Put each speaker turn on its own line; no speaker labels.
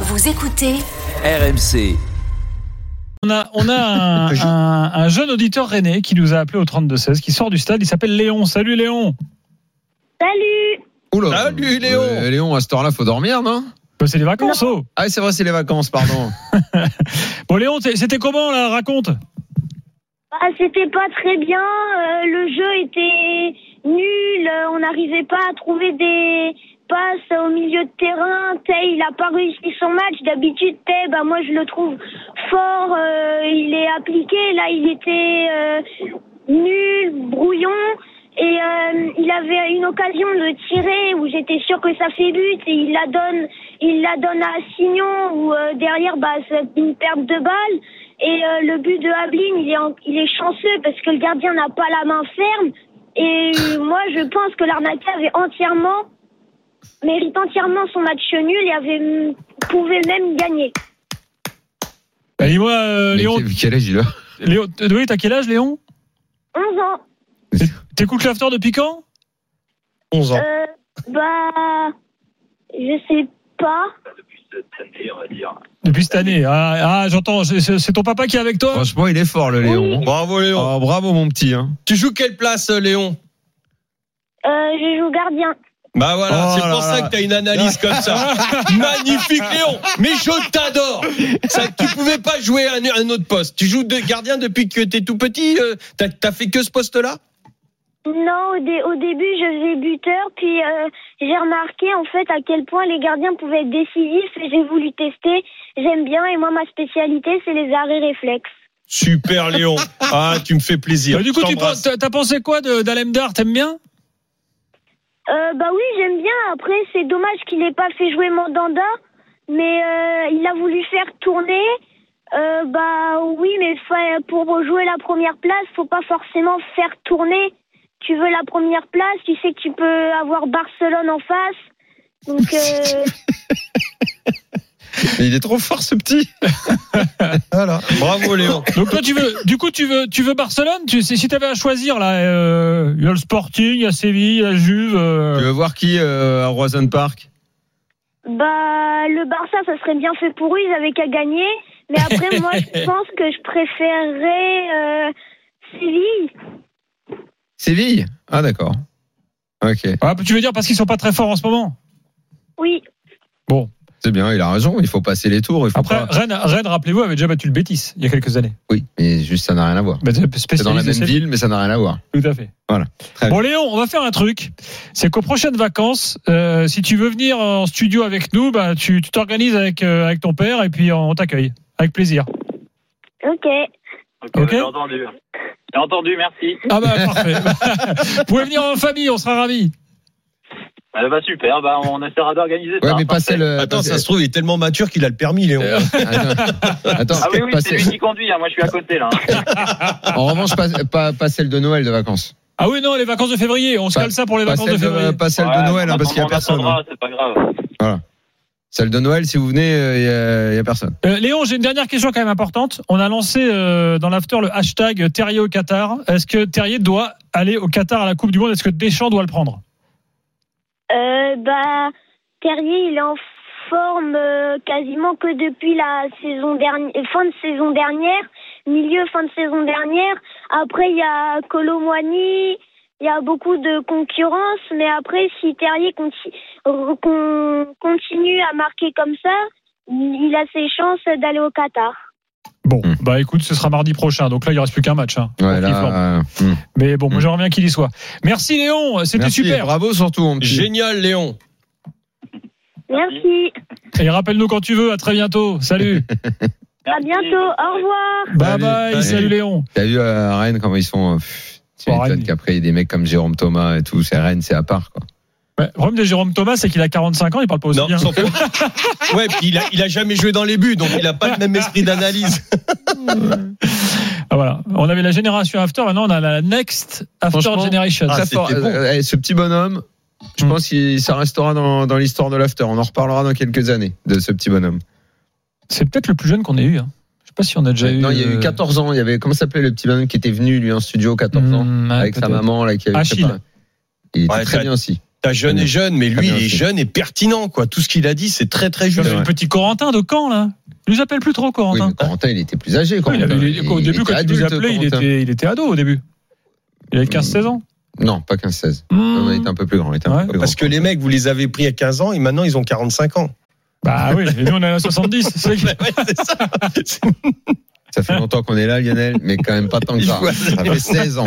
Vous écoutez
RMC.
On a, on a un, un- un jeune auditeur René qui nous a appelé au 32-16, qui sort du stade. Il s'appelle Léon. Salut Léon.
Salut
Oula.
Salut, Léon.
Euh, Léon, à cette heure-là, faut dormir, non
Bah, C'est les vacances, oh.
Ah, c'est vrai, c'est les vacances, pardon.
Bon Léon, t'es- c'était comment là Raconte.
ah, C'était pas très bien, euh, le jeu était nul, euh, on n'arrivait pas à trouver des passes au milieu de terrain, Tay il a pas réussi son match, d'habitude Tay, bah, moi je le trouve fort, euh, il est appliqué, là il était euh, nul, brouillon, et euh, il avait une occasion de tirer où j'étais sûre que ça fait but et il la donne, il la donne à Signon où euh, derrière bah c'est une perte de balle et euh, le but de Hablin il est en- il est chanceux parce que le gardien n'a pas la main ferme et moi je pense que l'arnaqué avait entièrement mérite entièrement son match nul et avait mm, pouvait même gagner.
Bah, Dis-moi euh,
Mais
Léon,
quel- quel âge il a
Léon t- oui, t'as quel âge Léon
11 ans.
T'écoutes l'after depuis quand
11 ans.
Euh, bah je sais pas.
Depuis cette année. Ah, ah, j'entends, c'est- c'est c'est ton papa qui est avec toi
Franchement, il est fort, le Léon.
Bravo Léon.
Ah, bravo, mon petit. hein.
Tu joues quelle place euh, Léon
Euh, je joue gardien.
Bah voilà,
Oh
c'est
là
pour
là
ça
là.
que t'as une analyse comme ça. Magnifique Léon. Mais je t'adore. Ça, Tu pouvais pas jouer un, un autre poste. Tu joues de gardien depuis que t'es tout petit. euh, T'as t'as fait que ce poste-là
Non, au, dé- au début, je faisais buteur, puis euh, j'ai remarqué en fait à quel point les gardiens pouvaient être décisifs et j'ai voulu tester. J'aime bien et moi, ma spécialité, c'est les arrêts réflexes.
Super Léon. Ah, tu me fais plaisir.
Bah, Du coup,
Je
tu
t'embrasse.
penses- t'as t'as pensé quoi de- d'Alem Dar T'aimes bien
Euh, bah oui, j'aime bien. Après, c'est dommage qu'il n'ait pas fait jouer Mandanda, mais euh, il a voulu faire tourner. Euh, bah oui, mais fa- pour jouer la première place, faut pas forcément faire tourner. Tu veux la première place, tu sais que tu peux avoir Barcelone en face. Donc, euh,
Mais il est trop fort, ce petit.
Voilà. Bravo Léon.
Donc toi, tu veux, du coup, tu veux, tu veux Barcelone tu, Si si t'avais à choisir là, euh, il y a le Sporting, il y a Séville, il y a Juve. euh,
Tu veux voir qui euh, à Roison Park
Bah, le Barça, ça serait bien fait pour eux, ils avaient qu'à gagner. Mais après, moi, je pense que je préférerais euh, Séville.
Séville Ah, d'accord. Ok,
Ah, tu veux dire parce qu'ils sont pas très forts en ce moment
Oui,
c'est bien, il a raison, il faut passer les tours. Il faut
Après,
pas-
Rennes, Rennes rappelez-vous, avait déjà battu le Bétis il y a quelques années.
Oui, mais juste, ça n'a rien à voir.
Bah,
C'est dans la
spécialiste de
même
Séville.
ville, mais ça n'a rien à voir.
Tout à fait.
Voilà. Très
Bon, Léon, on va faire un truc. C'est qu'aux prochaines vacances, euh, si tu veux venir en studio avec nous, bah, tu tu t'organises avec, euh, avec ton père et puis on t'accueille. Avec plaisir.
ok.
Ok
J'ai entendu. J'ai entendu, merci.
Ah bah parfait. Vous pouvez venir en famille, on sera ravis.
Euh, bah super, bah on essaiera d'organiser
Ouais,
ça.
mais passer
Parfait.
le.
Ah, Euh, Attends,
passer-
ça se trouve, il est tellement mature qu'il a le permis Léon.
Euh, Attends, attends,
Ah oui, oui, c'est
passer-
lui qui conduit, hein, moi je suis à côté là.
en revanche, pas, pas, pas celle de Noël de vacances.
Ah oui, non, les vacances de février. On se
Pas-
cale ça pour les
Pas
vacances
celle
de février.
de, pas celle de
Ouais,
Noël, hein,
on
parce qu'il n'y a personne. hein.
attendra, C'est pas grave.
Celle de Noël, si vous venez, il n'y a, personne.
Euh, Léon, j'ai une dernière question quand même importante. On a lancé euh, dans l'after le hashtag Terrier au Qatar. Est-ce que Terrier doit aller au Qatar à la Coupe du Monde Est-ce que Deschamps doit le prendre
Euh, bah, Terrier, il est en forme euh, quasiment que depuis la saison dernière, euh, fin de saison dernière, milieu, fin de saison dernière. Après, il y a Colomwani, il y a beaucoup de concurrence, mais après, si Terrier conti- re- con- continue à marquer comme ça, il a ses chances d'aller au Qatar.
Bon,
Hmm.
bah écoute, ce sera mardi prochain. Donc là, il reste plus qu'un match. hein, pour
Ouais,
qu'il forme.
là, euh, hmm.
Mais bon, moi
Hmm.
j'aimerais bien qu'il y soit. Merci Léon, c'était
Merci,
super.
Bravo surtout, mon petit.
Génial Léon.
Merci.
Et rappelle-nous quand tu veux. À très bientôt. Salut.
À
Merci.
bientôt. Au revoir.
bye
Salut.
bye.
Salut.
Salut Léon.
T'as vu à Rennes comment ils sont. euh, pff, Tu
Bon,
m'étonnes
Rennes.
qu'après, il y ait des mecs comme Jérôme Thomas et tout. C'est Rennes, c'est à part. Quoi.
Ouais, Bah, le problème de Jérôme Thomas, c'est qu'il a 45 ans, il parle pas aussi
Non,
bien.
sans faute. Ouais, puis il a, il a jamais joué dans les buts, donc il a pas le même esprit d'analyse.
Ah, voilà. On avait la génération after, maintenant on a la next after
Franchement,
generation.
Ah,
Très
c'était
fort.
bon.
Euh, eh, ce petit bonhomme, je
Hmm.
pense que ça restera dans, dans l'histoire de l'after. On en reparlera dans quelques années de ce petit bonhomme.
C'est peut-être le plus jeune qu'on ait eu. Hein. Je sais pas si on a déjà eu.
non, il y a eu
euh,
14 ans. Il y avait, comment s'appelait le petit bonhomme qui était venu, lui, en studio, 14 ans,
Hmm, ouais,
avec sa
peut-être.
maman. Là, qui avait
Achille.
Il était
Ouais,
très
ça-
bien aussi.
T'as jeune et jeune, mais
Ah,
lui,
bien
il est
aussi.
jeune et pertinent, quoi. Tout ce qu'il a dit, c'est très, très
Comme
juste.
le petit Corentin de Caen, là. Il nous appelle plus trop,
Oui,
Corentin.
mais Corentin, il était plus âgé.
Oui, il
Corentin.
avait- il- au
Il
début,
était
quand il nous
adulte,
appelait, il
Corentin.
était, il était ado au début. Il avait 15-16 ans.
Non, pas 15-16. Non, Il était un peu plus grand. Il était un
Ouais.
peu plus
Parce que les mecs, vous les avez pris à 15 ans et maintenant, ils ont 45 ans.
Bah oui, et nous on est à 70. c'est vrai que-
grand. Ça fait longtemps qu'on est là, Lionel, mais quand même pas tant que
Il
ça.
joue à-
Ça fait 16 ans.